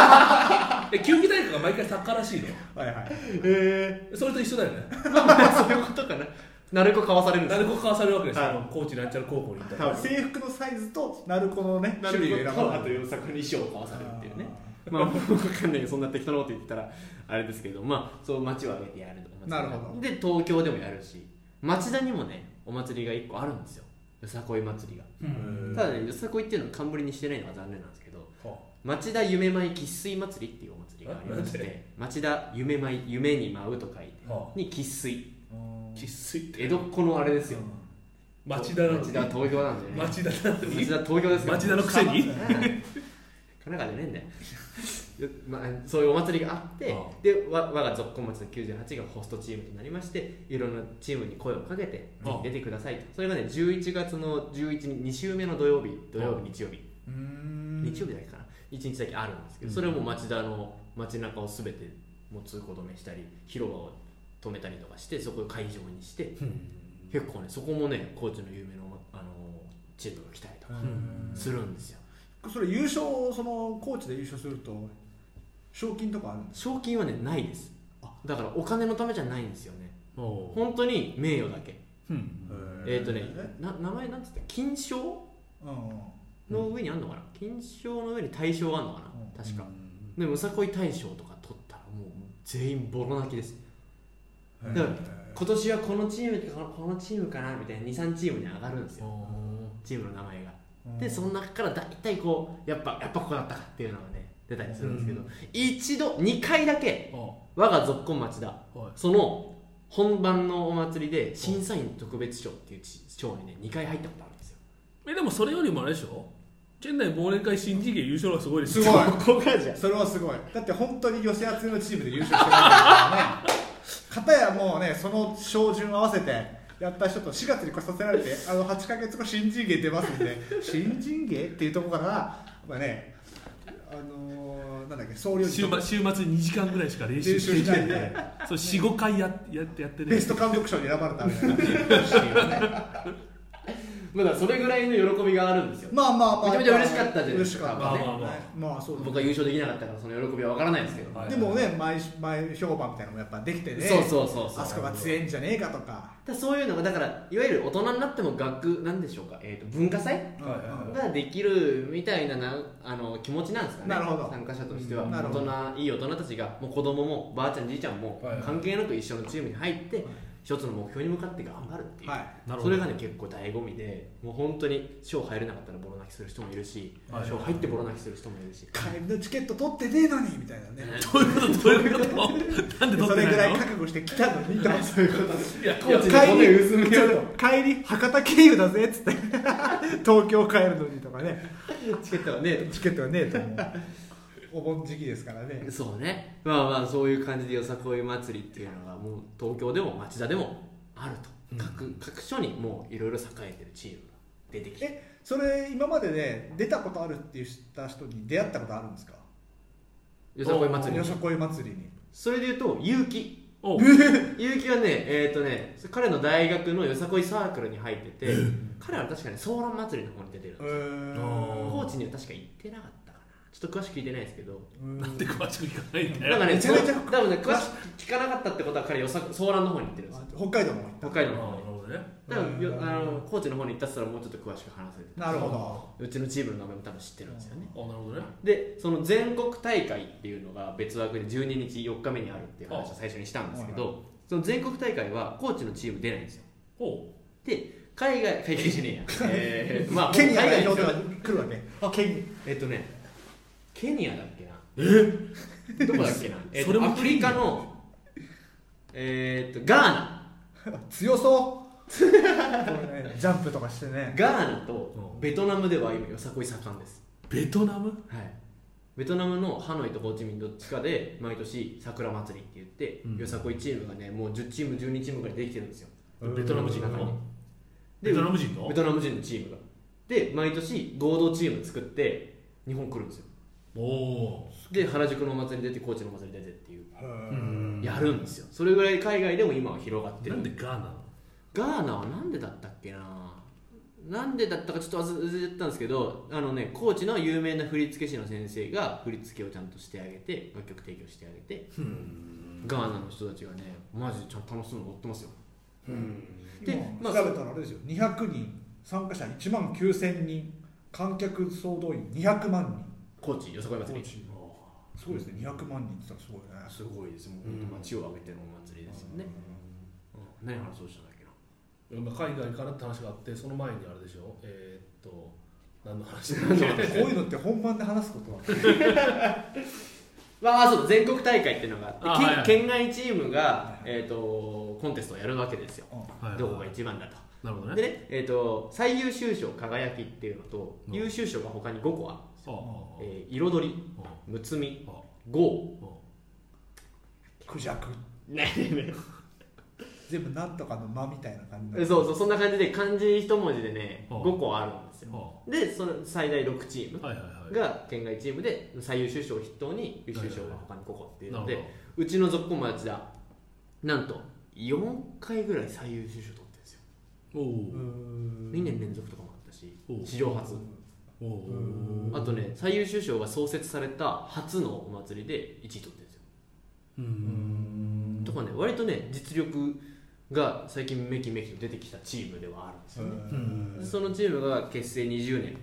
Speaker 3: さえ球技大会が毎回サッカーらしいの
Speaker 4: はいはい
Speaker 1: え
Speaker 3: それと一緒だよね
Speaker 1: ー、まあまあそういう <laughs> ことかななるこ買わされるんです
Speaker 3: 誰
Speaker 1: よ
Speaker 3: も買わされるわけですよ、
Speaker 1: はい
Speaker 3: コーチなんちゃら高校に行ったら
Speaker 1: はい
Speaker 4: 制服のサイズと鳴子のね
Speaker 1: なる
Speaker 4: 種類が
Speaker 1: こ
Speaker 4: 選
Speaker 1: と
Speaker 4: ば
Speaker 1: あ
Speaker 4: れ
Speaker 1: と
Speaker 4: てる
Speaker 1: いう作の衣装を買わされるっていうねまあもう分かんないけどそんな適当なこと言ってたらあれですけどまあそう町はねやるとか
Speaker 4: なるほど
Speaker 1: で東京でもやるし町田にもねお祭りが1個あるんですよよさこい祭りが
Speaker 3: うん
Speaker 1: ただねよさこいっていうのを冠にしてないのが残念なんですけど
Speaker 3: は
Speaker 1: 町田夢舞喫水祭りっていうお祭りがありまし
Speaker 3: え
Speaker 1: て町田夢舞夢に舞うと書いて
Speaker 3: あは
Speaker 1: に喫水
Speaker 3: あ生粋って
Speaker 1: 江戸っ子のあれですよ
Speaker 3: 町田なのに
Speaker 1: 町田は東京なんでね
Speaker 3: 町田なのに
Speaker 1: 町田東京ですから
Speaker 3: 町田のくせに
Speaker 1: うん神奈川じゃねえんだよよまあ、そういうお祭りがあって
Speaker 3: ああ
Speaker 1: でわ我がぞっこん町の98がホストチームとなりましていろんなチームに声をかけてぜ
Speaker 3: ああ
Speaker 1: ひ出てくださいとそれがね11月の11日2週目の土曜日土曜
Speaker 3: ああ
Speaker 1: 日日曜日
Speaker 4: うーん
Speaker 1: 日曜日だけかな1日だけあるんですけどそれはもう町田の街中を全てもう通行止めしたり広場を止めたりとかしてそこを会場にして結構ねそこもね高知の有名な、あのチームが来たりとか
Speaker 3: ん
Speaker 1: するんですよ
Speaker 4: それ優勝そのコーチで優勝すると賞金とかあるんです
Speaker 1: 賞金はねないですだからお金のためじゃないんですよね
Speaker 3: おう
Speaker 1: 本当に名誉だけ
Speaker 2: うん
Speaker 1: えっ、とねな名前なんつった金賞
Speaker 4: うん
Speaker 1: の上にあんのかな金賞の上に大賞があんのか
Speaker 4: うん
Speaker 1: な確かでむさこい大賞とか取ったらもう全員ボロ泣きです
Speaker 4: うん
Speaker 1: だから今年はこのチームかこのチームかなみたいな23チームに上がるんですよチームの名前がでその中から大体こうやっぱやっぱここだったかっていうのがね出たりするんですけど、
Speaker 3: うん
Speaker 1: 一度2回だけ
Speaker 3: お
Speaker 1: 我がぞっこん町だ
Speaker 3: うはい
Speaker 1: その本番のお祭りで審査員特別賞っていう賞にね2回入ったことあるんですよ
Speaker 3: えでもそれよりもあれでしょ県内忘年会新次元優勝の方がすごいですよ
Speaker 4: すごい
Speaker 1: ここがじゃ
Speaker 4: それはすごいだって本当に寄せ集めのチームで優勝してるわけだからね片やもうねその照準合わせてやった人と4月に来させられてあの8か月後新人芸出ますんで新人芸っていうところからまあねあのー、なんだっけ総領
Speaker 3: 週
Speaker 4: 事
Speaker 3: 末週末に2時間ぐらいしか練習
Speaker 4: 練
Speaker 3: し
Speaker 4: 習
Speaker 3: て
Speaker 4: し
Speaker 3: な
Speaker 4: ないい
Speaker 3: で
Speaker 4: で
Speaker 3: そう45回ややってやってね
Speaker 4: ベスト監督賞に選ばれたみたいな
Speaker 1: まだそれぐらいの喜びがあるんですよ
Speaker 4: まあまあま
Speaker 1: めち
Speaker 4: あ
Speaker 1: ゃめちゃ嬉しかったじゃないで
Speaker 4: 嬉
Speaker 1: す
Speaker 4: しか
Speaker 1: か
Speaker 4: ったね
Speaker 3: まあまあ
Speaker 4: まあそうだね
Speaker 1: 僕は優勝できなかったからその喜びは分からないですけど、
Speaker 3: はい
Speaker 4: でもね前前評判みたいなのもやっぱできてね
Speaker 1: そうそうそうそう
Speaker 4: あそこが強いんじゃねえかとか、
Speaker 1: だそういうのがだからいわゆる大人になっても学なんでしょうか、えー、と文化祭
Speaker 3: はいはいはい
Speaker 1: ができるみたいななあの気持ちなんですかね
Speaker 4: なるほど
Speaker 1: 参加者としては
Speaker 4: うんなるほど
Speaker 1: 大人いい大人たちがもう子供もばあちゃんじいちゃんも
Speaker 3: はいはい
Speaker 1: 関係なく一緒のチームに入って、一つの目標に向かって頑張るっていう、
Speaker 4: はい
Speaker 3: なるほど
Speaker 1: それがね結構醍醐味でもう本当に賞入れなかったらボロ泣きする人もいるし
Speaker 3: はい
Speaker 1: 賞入ってボロ泣きする人もいるし
Speaker 4: 帰りのチケット取ってねえのにみたいなね
Speaker 3: どういうことどういうことなんで撮
Speaker 4: そ
Speaker 3: って
Speaker 4: れ
Speaker 3: な
Speaker 4: ぐら
Speaker 3: い
Speaker 4: い
Speaker 3: の
Speaker 4: 覚悟して来たのにとか
Speaker 1: そう <laughs> いうこと
Speaker 3: いや
Speaker 1: コーチで
Speaker 4: 帰
Speaker 1: 骨
Speaker 4: り
Speaker 1: 薄めよう
Speaker 4: ちょっと帰り博多経由だぜっつって <laughs> 東京帰るのにとかね
Speaker 1: チケットはね
Speaker 4: チケットがねえと思うお盆時期ですからね
Speaker 1: そうねまあまあそういう感じでよさこい祭りっていうのがもう東京でも町田でもあると、各各所にもういろいろ栄えてるチームが出てきて
Speaker 4: えそれ今までね出たことあるって言った人に出会ったことあるんですか
Speaker 1: よさこい祭
Speaker 4: よ
Speaker 1: り
Speaker 4: さこい祭りに
Speaker 1: それでいうと結城
Speaker 3: おう
Speaker 1: 結城はねえっ、とね彼の大学のよさこいサークルに入ってて彼は確かねソーラン祭りの方に出てるん
Speaker 4: う
Speaker 1: ですよ
Speaker 4: ーん
Speaker 3: あ
Speaker 1: 高知には確か行ってなかったかなちょっと詳しく聞いてないですけど
Speaker 3: なんで詳しく聞かないんだ
Speaker 1: なん
Speaker 3: よ
Speaker 1: かね
Speaker 4: めちゃめちゃ
Speaker 1: そう多分ね詳しく聞かなかったってことは彼よさソーランの方に行ってるんですよ
Speaker 4: 北海道も
Speaker 1: 北
Speaker 3: な
Speaker 1: 海
Speaker 3: る
Speaker 1: 道の方に
Speaker 3: ほどね
Speaker 1: だからよ
Speaker 4: うん
Speaker 1: あの高知の方に行ったらもうちょっと詳しく話せる
Speaker 4: なるほど
Speaker 1: うちのチームの名前も多分知ってるんですよね
Speaker 3: あなるほどね
Speaker 1: でその全国大会っていうのが別枠で12日4日目にあるっていう話を最初にしたんですけどその全国大会は高知のチーム出ないんですよ
Speaker 3: お
Speaker 1: で海外 <laughs> 海外じゃねえやえー、まあ
Speaker 4: ケニア
Speaker 1: 海
Speaker 4: 代
Speaker 1: 外
Speaker 4: 表
Speaker 1: で
Speaker 4: と
Speaker 1: すよ
Speaker 4: か来るわけケニ
Speaker 1: えっとねケニアだっけなえどこだっけな、えっ
Speaker 3: それ
Speaker 1: と、
Speaker 3: も
Speaker 1: アフリカのえーっとガーナ
Speaker 4: ア強そう <laughs> これねジャンプとかしてね
Speaker 1: ガーナとベトナムでは今よさこい盛んです
Speaker 3: ベトナム
Speaker 1: はい、ベトナムのハノイとホーチミンどっちかで毎年桜祭りって言って、
Speaker 3: うん
Speaker 1: よさこいチームがねもう10チーム12チームぐらいできてるんですよ
Speaker 3: ベトナム人
Speaker 1: の中に
Speaker 3: の
Speaker 1: で
Speaker 3: ベトナム人の
Speaker 1: ベトナム人のチームがで毎年合同チーム作って日本来るんですよ
Speaker 3: おお
Speaker 1: で原宿のお祭り出て高知のお祭り出てっていう
Speaker 4: へー
Speaker 3: ー
Speaker 1: やるんですよそれぐらい海外でも今は広がって
Speaker 3: な
Speaker 1: る
Speaker 3: んでガーナなの
Speaker 1: ガーナはなんでだったっけななんでだったかちょっと忘れてたんですけどあのね高知の有名な振付師の先生が振り付けをちゃんとしてあげて楽曲提供してあげてガーナの人たちがねマジでちゃんと楽しそうに踊ってますよでま
Speaker 4: 今
Speaker 1: あ
Speaker 4: 調べたらあれですよ200人参加者1万9000人観客総動員200万
Speaker 1: 高知よさこい
Speaker 4: 人
Speaker 1: 祭り
Speaker 4: すごいですね200万人って言ったらすごいね
Speaker 1: すごいですもう本当街を挙げてのお祭りですよね、うん何話そうしたんだっけな
Speaker 3: 今海外からって話があってその前にあれでしょえー、っと何の話だ
Speaker 4: こういうのって本番で話すことは
Speaker 1: まあそうだ全国大会っていうのがあっ
Speaker 3: あ
Speaker 1: て県
Speaker 3: はいはい
Speaker 1: 県外チームが、えー、とコンテストをやるわけですよ、
Speaker 3: はい
Speaker 1: どこが一番だと
Speaker 3: なるほど
Speaker 1: で
Speaker 3: ね
Speaker 1: ね、えー、と最優秀賞輝きっていうのと
Speaker 3: うん
Speaker 1: 優秀賞が他に5個ある
Speaker 3: ああ
Speaker 1: えー彩り
Speaker 3: ああ
Speaker 1: むつみ
Speaker 3: ああ
Speaker 1: 豪
Speaker 4: クジャク
Speaker 1: ね
Speaker 4: 全部なんとかの間みたいな感じ
Speaker 1: そうそうそんな感じで漢字一文字でね
Speaker 3: ああ
Speaker 1: 5個あるんですよ
Speaker 3: あ
Speaker 1: でその最大6チーム
Speaker 3: あはいはいは
Speaker 1: が県外チームで最優秀賞を筆頭に優秀賞が他に5個ってい
Speaker 3: いうなる
Speaker 1: の
Speaker 3: ほど
Speaker 1: でうちのぞっこ町だなんと4回ぐらい最優秀賞取ってるんですよ
Speaker 3: お
Speaker 4: うー
Speaker 3: お
Speaker 4: ん
Speaker 1: 2年連続とかもあったし
Speaker 3: おう
Speaker 1: 史上初
Speaker 3: おお
Speaker 1: あとね最優秀賞が創設された初のお祭りで1位取ってるんですよ
Speaker 3: う
Speaker 4: うんん
Speaker 1: とかね割とね実力が最近めきめきと出てきたチームではあるんですよね、
Speaker 4: うん
Speaker 1: そのチームが結成20年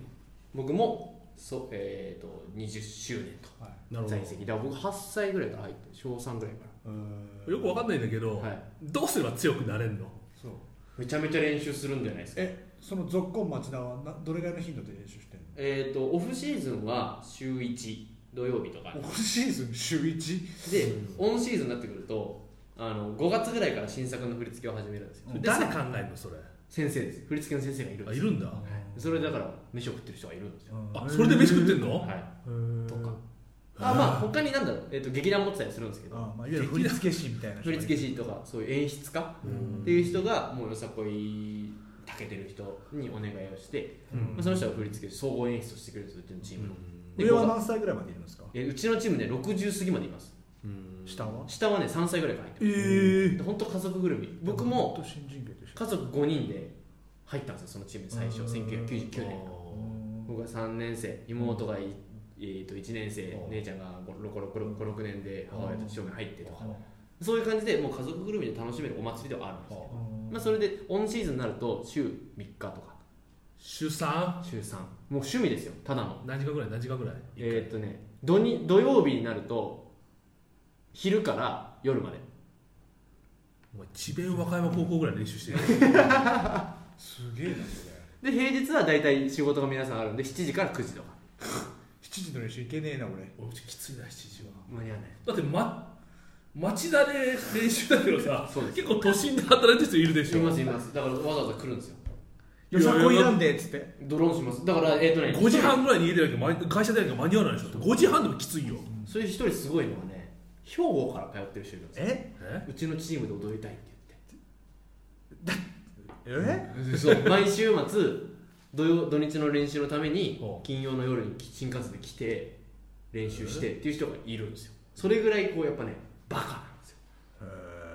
Speaker 1: 僕もそ、えー、と20周年と
Speaker 4: はい
Speaker 3: なるほ
Speaker 1: 在籍だから僕8歳ぐらいから入って小3ぐらいか
Speaker 4: うん
Speaker 3: どよくわかんないんだけど、
Speaker 1: はい
Speaker 3: どうすれば強くなれんの
Speaker 4: そう
Speaker 1: らめちゃめちゃ練習するんじゃないですか
Speaker 4: えその続婚町田はなどれぐらいの頻度で練習してる
Speaker 1: えっ、とオフシーズンは週1土曜日とか
Speaker 4: のオフシーズン週 1?
Speaker 1: でオンシーズンになってくるとあの5月ぐらいから新作の振り付けを始めるんですよで
Speaker 3: 誰考えるのそれ
Speaker 1: 先生です振り付けの先生がいるん
Speaker 3: あ
Speaker 1: で
Speaker 3: い
Speaker 1: すよ
Speaker 3: るんだ
Speaker 1: それだから飯を食ってる人がいるんですよ
Speaker 3: あそれで飯食ってんの、
Speaker 1: はい
Speaker 4: と
Speaker 1: と
Speaker 4: か
Speaker 1: かあまあ他になんだろう、えっと劇団持ってたりするんですけど
Speaker 4: あまあいわゆる振り付け師みたいな人
Speaker 1: 振り
Speaker 4: がいる
Speaker 1: 付け師とかそういう演出家
Speaker 3: うん
Speaker 1: っていう人がもうよさこいたけてる人にお願いをして、
Speaker 3: うん
Speaker 1: まあ、その人が振り付け師総合演出をしてくれるんですようちのチームの、で
Speaker 4: 上は何歳ぐらいまでいるんですか
Speaker 1: えうちのチームね60過ぎまでいます
Speaker 3: うん
Speaker 4: 下は
Speaker 1: 下はね3歳ぐらいから入って
Speaker 4: ええ
Speaker 1: ます本当家族ぐるみ僕も
Speaker 4: 新人芸と一緒
Speaker 1: 家族5人で入ったんですよそのチームに最初
Speaker 4: うん
Speaker 1: 1999年僕が3年生妹がい、えー、と1年生
Speaker 3: うん
Speaker 1: 姉ちゃんが56年で母親と父親が入ってとか
Speaker 4: うん
Speaker 1: そういう感じでもう家族ぐるみで楽しめるお祭りではあるんですよ
Speaker 4: うん
Speaker 1: まあ、それでオンシーズンになると週3日とか
Speaker 3: 週三
Speaker 1: 週3もう趣味ですよただの
Speaker 3: 何時間ぐらい何時間ぐらい
Speaker 1: えーっとね土に土曜日になると昼から夜まで
Speaker 3: お前智弁和歌山高校ぐらい練習してる
Speaker 4: すげえなそ
Speaker 1: で
Speaker 4: れ
Speaker 1: 平日は大体仕事が皆さんあるんで7時から9時とか
Speaker 4: 7時の練習いけねえな俺
Speaker 3: 俺きついな7時は
Speaker 1: 間に合わない
Speaker 3: だって、ま、町田で練習だけどさ
Speaker 1: そうです
Speaker 3: 結構都心で働いてる人いるでし
Speaker 1: い
Speaker 3: ょ
Speaker 1: ますいますだからわざわざ来るんですよ
Speaker 4: よさこいなんでっつって
Speaker 1: ドローンしますだからえーっとね
Speaker 3: 5時半ぐらいに家出なきゃ間に会社出なきゃ間に合わないでしょ5時半でもきついよ
Speaker 1: それ一人すごいのはね兵庫から通ってる人いるんですよ
Speaker 4: え
Speaker 3: え
Speaker 1: うちのチームで踊りたいって
Speaker 4: え
Speaker 1: 言ってそう毎週末土曜土日の練習のために
Speaker 3: ほう
Speaker 1: 金曜の夜に新幹線で来て練習してっていう人がいるんですよそれぐらいこうやっぱねバカなんですよ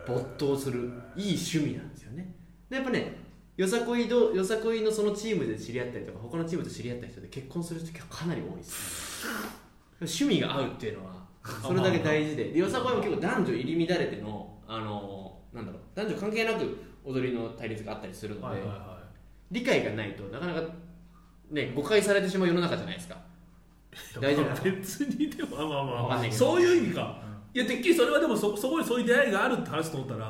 Speaker 1: 没頭するいい趣味なんですよねでやっぱねよさこいどよさこいのそのチームで知り合ったりとか他のチームと知り合った人で結婚する人がかなり多いです趣味が合うっていうのはそれだけ大事ででよさこいも結構男女入り乱れてのあのなんだろう男女関係なく踊りの対立があったりするので、
Speaker 3: はいはいは
Speaker 1: 理解がないとなかなかね誤解されてしまう世の中じゃないですか
Speaker 3: い
Speaker 1: 大丈夫
Speaker 3: だから別にでもまあまあ
Speaker 1: わかん
Speaker 3: ま
Speaker 1: ない
Speaker 3: あ
Speaker 1: けど
Speaker 3: そういう意味かいやてっきりそれはでもそそこにそういう出会いがあるって話と思ったら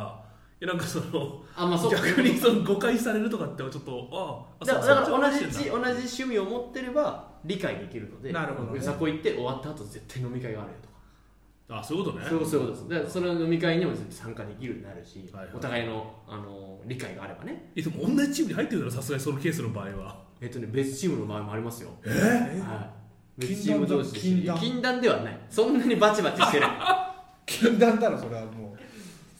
Speaker 3: いやなんかその
Speaker 1: あまあそうか
Speaker 3: 逆にその誤解されるとかってちょっとああ
Speaker 1: <laughs> だ
Speaker 3: そ
Speaker 1: だか
Speaker 3: そっちの
Speaker 1: ら同
Speaker 3: 話
Speaker 1: じ
Speaker 3: してんだ
Speaker 1: ち同じ趣味を持ってれば理解できるので
Speaker 4: なるほどね
Speaker 1: よさこいって終わった後絶対飲み会があるよとか
Speaker 3: あそういうことね
Speaker 1: そうそういうことですだからその飲み会にも参加できるようになるし、
Speaker 3: はいはい
Speaker 1: お互いのあの理解があればね
Speaker 3: えでも同じチームに入ってるだろさすがにそのケースの場合は
Speaker 1: えっとね別チームの場合もありますよ
Speaker 4: え
Speaker 1: はい別チーム同士で
Speaker 4: 禁断だ
Speaker 1: 禁断ではないそんなにバチバチしてない
Speaker 4: 禁断だろそれはも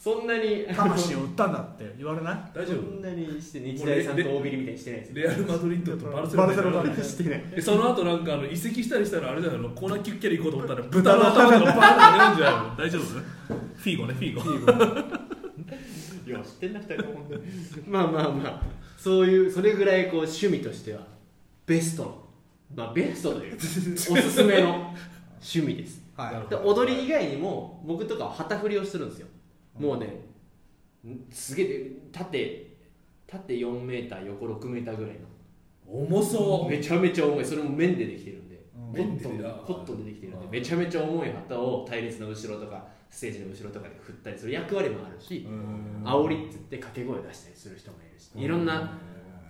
Speaker 1: そんなに
Speaker 2: う魂を売ったんだって言われない
Speaker 3: 大
Speaker 1: そ
Speaker 3: 丈夫
Speaker 1: んなにして日大さんと大ビリみたいにしてないですよ
Speaker 3: レアル・マドリッドとバルセロ
Speaker 4: バ
Speaker 3: ナ
Speaker 4: ルセロ
Speaker 3: <laughs>
Speaker 4: ナ
Speaker 3: で
Speaker 1: してない
Speaker 3: えその後なんかあの移籍したりしたらあれじゃないのコーナーキュッキャリ行こうと思ったら豚の頭とかバーンって出るんじゃないの大丈夫フィーゴねフィーゴ
Speaker 1: いや知ってんな2人ともまあまあまあそういうそれぐらいこう趣味としてはベストのまあベスト
Speaker 3: <laughs>
Speaker 1: というおすすめの趣味です
Speaker 4: は
Speaker 3: なる
Speaker 4: い
Speaker 3: ほ
Speaker 1: で踊り以外にも僕とかは旗振りをしてるんですよもうねんすげえ縦縦4メーター横6メーターぐらい
Speaker 3: 重
Speaker 1: の
Speaker 3: そ
Speaker 1: めちゃめちゃ重いそれも面でできてるんで
Speaker 4: うん
Speaker 1: コット
Speaker 3: 面
Speaker 1: ン
Speaker 3: で
Speaker 1: で
Speaker 3: だ
Speaker 1: コットンでできてるん
Speaker 3: う
Speaker 1: で
Speaker 3: ん
Speaker 1: めちゃめちゃ重い旗を隊列の後ろとかステージの後ろとかで振ったりする役割もあるし
Speaker 4: うん
Speaker 1: 煽りって言って掛け声出したりする人もいるしいろんな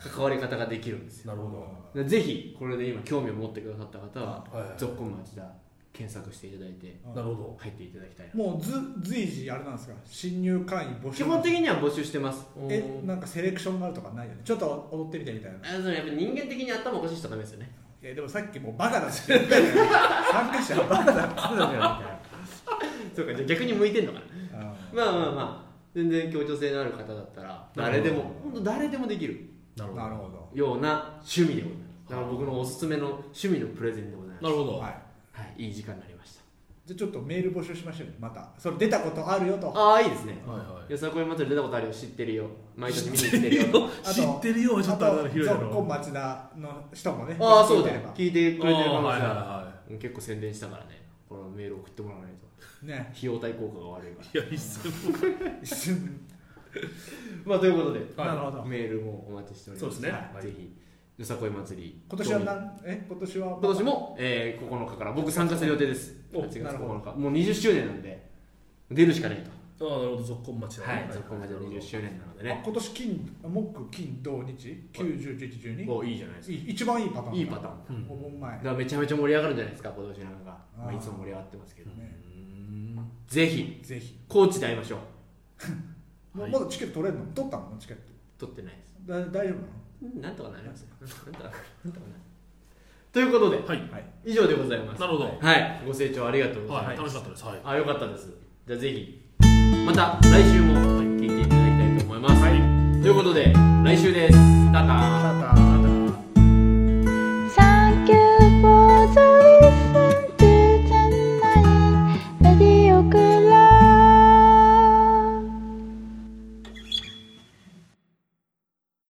Speaker 1: 関わり方ができるんです
Speaker 3: うなるほ
Speaker 1: よぜひこれで今興味を持ってくださった方は
Speaker 3: ど
Speaker 1: 「ぞっこん町田」検索していただいて
Speaker 3: なるほど
Speaker 1: 入っていただきたいな
Speaker 4: もうず随時あれなんですか新入会員募集
Speaker 1: 基本的には募集してます
Speaker 4: えなんかセレクションがあるとかないよねちょっと踊ってみてみたいな
Speaker 1: あでもやっぱ人間的に頭おかしい人はダメですよ
Speaker 3: <laughs>
Speaker 1: ね
Speaker 4: いやでもさっきもうバカだ <laughs> し参加者はバカ <laughs> だっつってたじゃんみたいな
Speaker 1: <laughs> そうかじゃあ逆に向いてんのかな
Speaker 4: あー
Speaker 1: まあまあまあ全然協調性のある方だったら誰でも本当誰でもできる
Speaker 3: なるほど
Speaker 4: なるほど
Speaker 1: ような趣味でございますだから僕のおすすめの趣味のプレゼンでございます
Speaker 3: なるほど
Speaker 4: はい
Speaker 1: はい、いい時間になりました
Speaker 4: じゃあちょっとメール募集しましょうねまたそれ出たことあるよと
Speaker 1: あ
Speaker 4: あ
Speaker 1: あいいですね
Speaker 3: はい
Speaker 1: よさこい祭り出たことあるよ知ってるよ毎年見に来
Speaker 3: 知って
Speaker 1: て
Speaker 3: る
Speaker 1: るよ
Speaker 3: よ知ってるよはちょっとあれだ
Speaker 4: と
Speaker 3: な広いだ
Speaker 4: ぞっこん
Speaker 3: ろ
Speaker 4: 町田の人も
Speaker 1: <laughs>
Speaker 4: ね
Speaker 1: ああそうだ
Speaker 4: 聞い
Speaker 1: よ
Speaker 4: てれば
Speaker 1: 聞いてくれてる可能
Speaker 3: あ
Speaker 1: 性
Speaker 3: ーはい
Speaker 1: あ
Speaker 3: はいは
Speaker 1: るうん結構宣伝したからねこのメール送ってもらわないと
Speaker 4: ね
Speaker 1: 費用対効果が悪いから
Speaker 3: いや一切
Speaker 4: 一瞬
Speaker 1: まあということで
Speaker 3: はい
Speaker 4: なるほど
Speaker 1: メールもお待ちしておりま
Speaker 3: そ
Speaker 1: す
Speaker 3: うですね
Speaker 1: はいぜひよさこい祭り
Speaker 4: 今年は何え今年は
Speaker 1: 今年も、えー、9日から僕参加する予定です
Speaker 3: お
Speaker 1: 8月
Speaker 4: なるほど
Speaker 1: 9日もう20周年なんで出るしかね
Speaker 3: ああなるほどぞっこん町
Speaker 1: えと
Speaker 3: だ
Speaker 1: はい
Speaker 3: ね
Speaker 1: そこまで20周年なので
Speaker 4: あ
Speaker 1: ね
Speaker 4: 今年金木金土日9101112
Speaker 1: おいいじゃないです
Speaker 4: 一番いいパターン
Speaker 1: か
Speaker 4: だ
Speaker 1: いいパターン、うん
Speaker 4: お盆前
Speaker 1: だからめちゃめちゃ盛り上がるんじゃないですか今年なんか、ま
Speaker 4: あ
Speaker 1: あ、
Speaker 4: ー
Speaker 1: いつも盛り上がってますけど、
Speaker 4: ね
Speaker 1: うんぜひ
Speaker 4: ぜひ
Speaker 1: 高知で会いましょう
Speaker 4: も
Speaker 1: は
Speaker 4: う
Speaker 1: い
Speaker 4: まだチケット取れるの取ったのチケット
Speaker 1: 撮ってないです
Speaker 4: だ大丈夫
Speaker 1: うんなんとかなりますよなんとかなんとかなるということで
Speaker 3: はい
Speaker 4: なのはい
Speaker 1: 以上でございます
Speaker 3: なるほど
Speaker 1: はいご清聴ありがとうございま
Speaker 3: は
Speaker 1: す
Speaker 3: い楽しかったですはい
Speaker 1: あよかったですじゃあぜひまた来週も聞いていただきたいと思います、
Speaker 3: はい
Speaker 1: ということで来週ですタタ
Speaker 4: ただ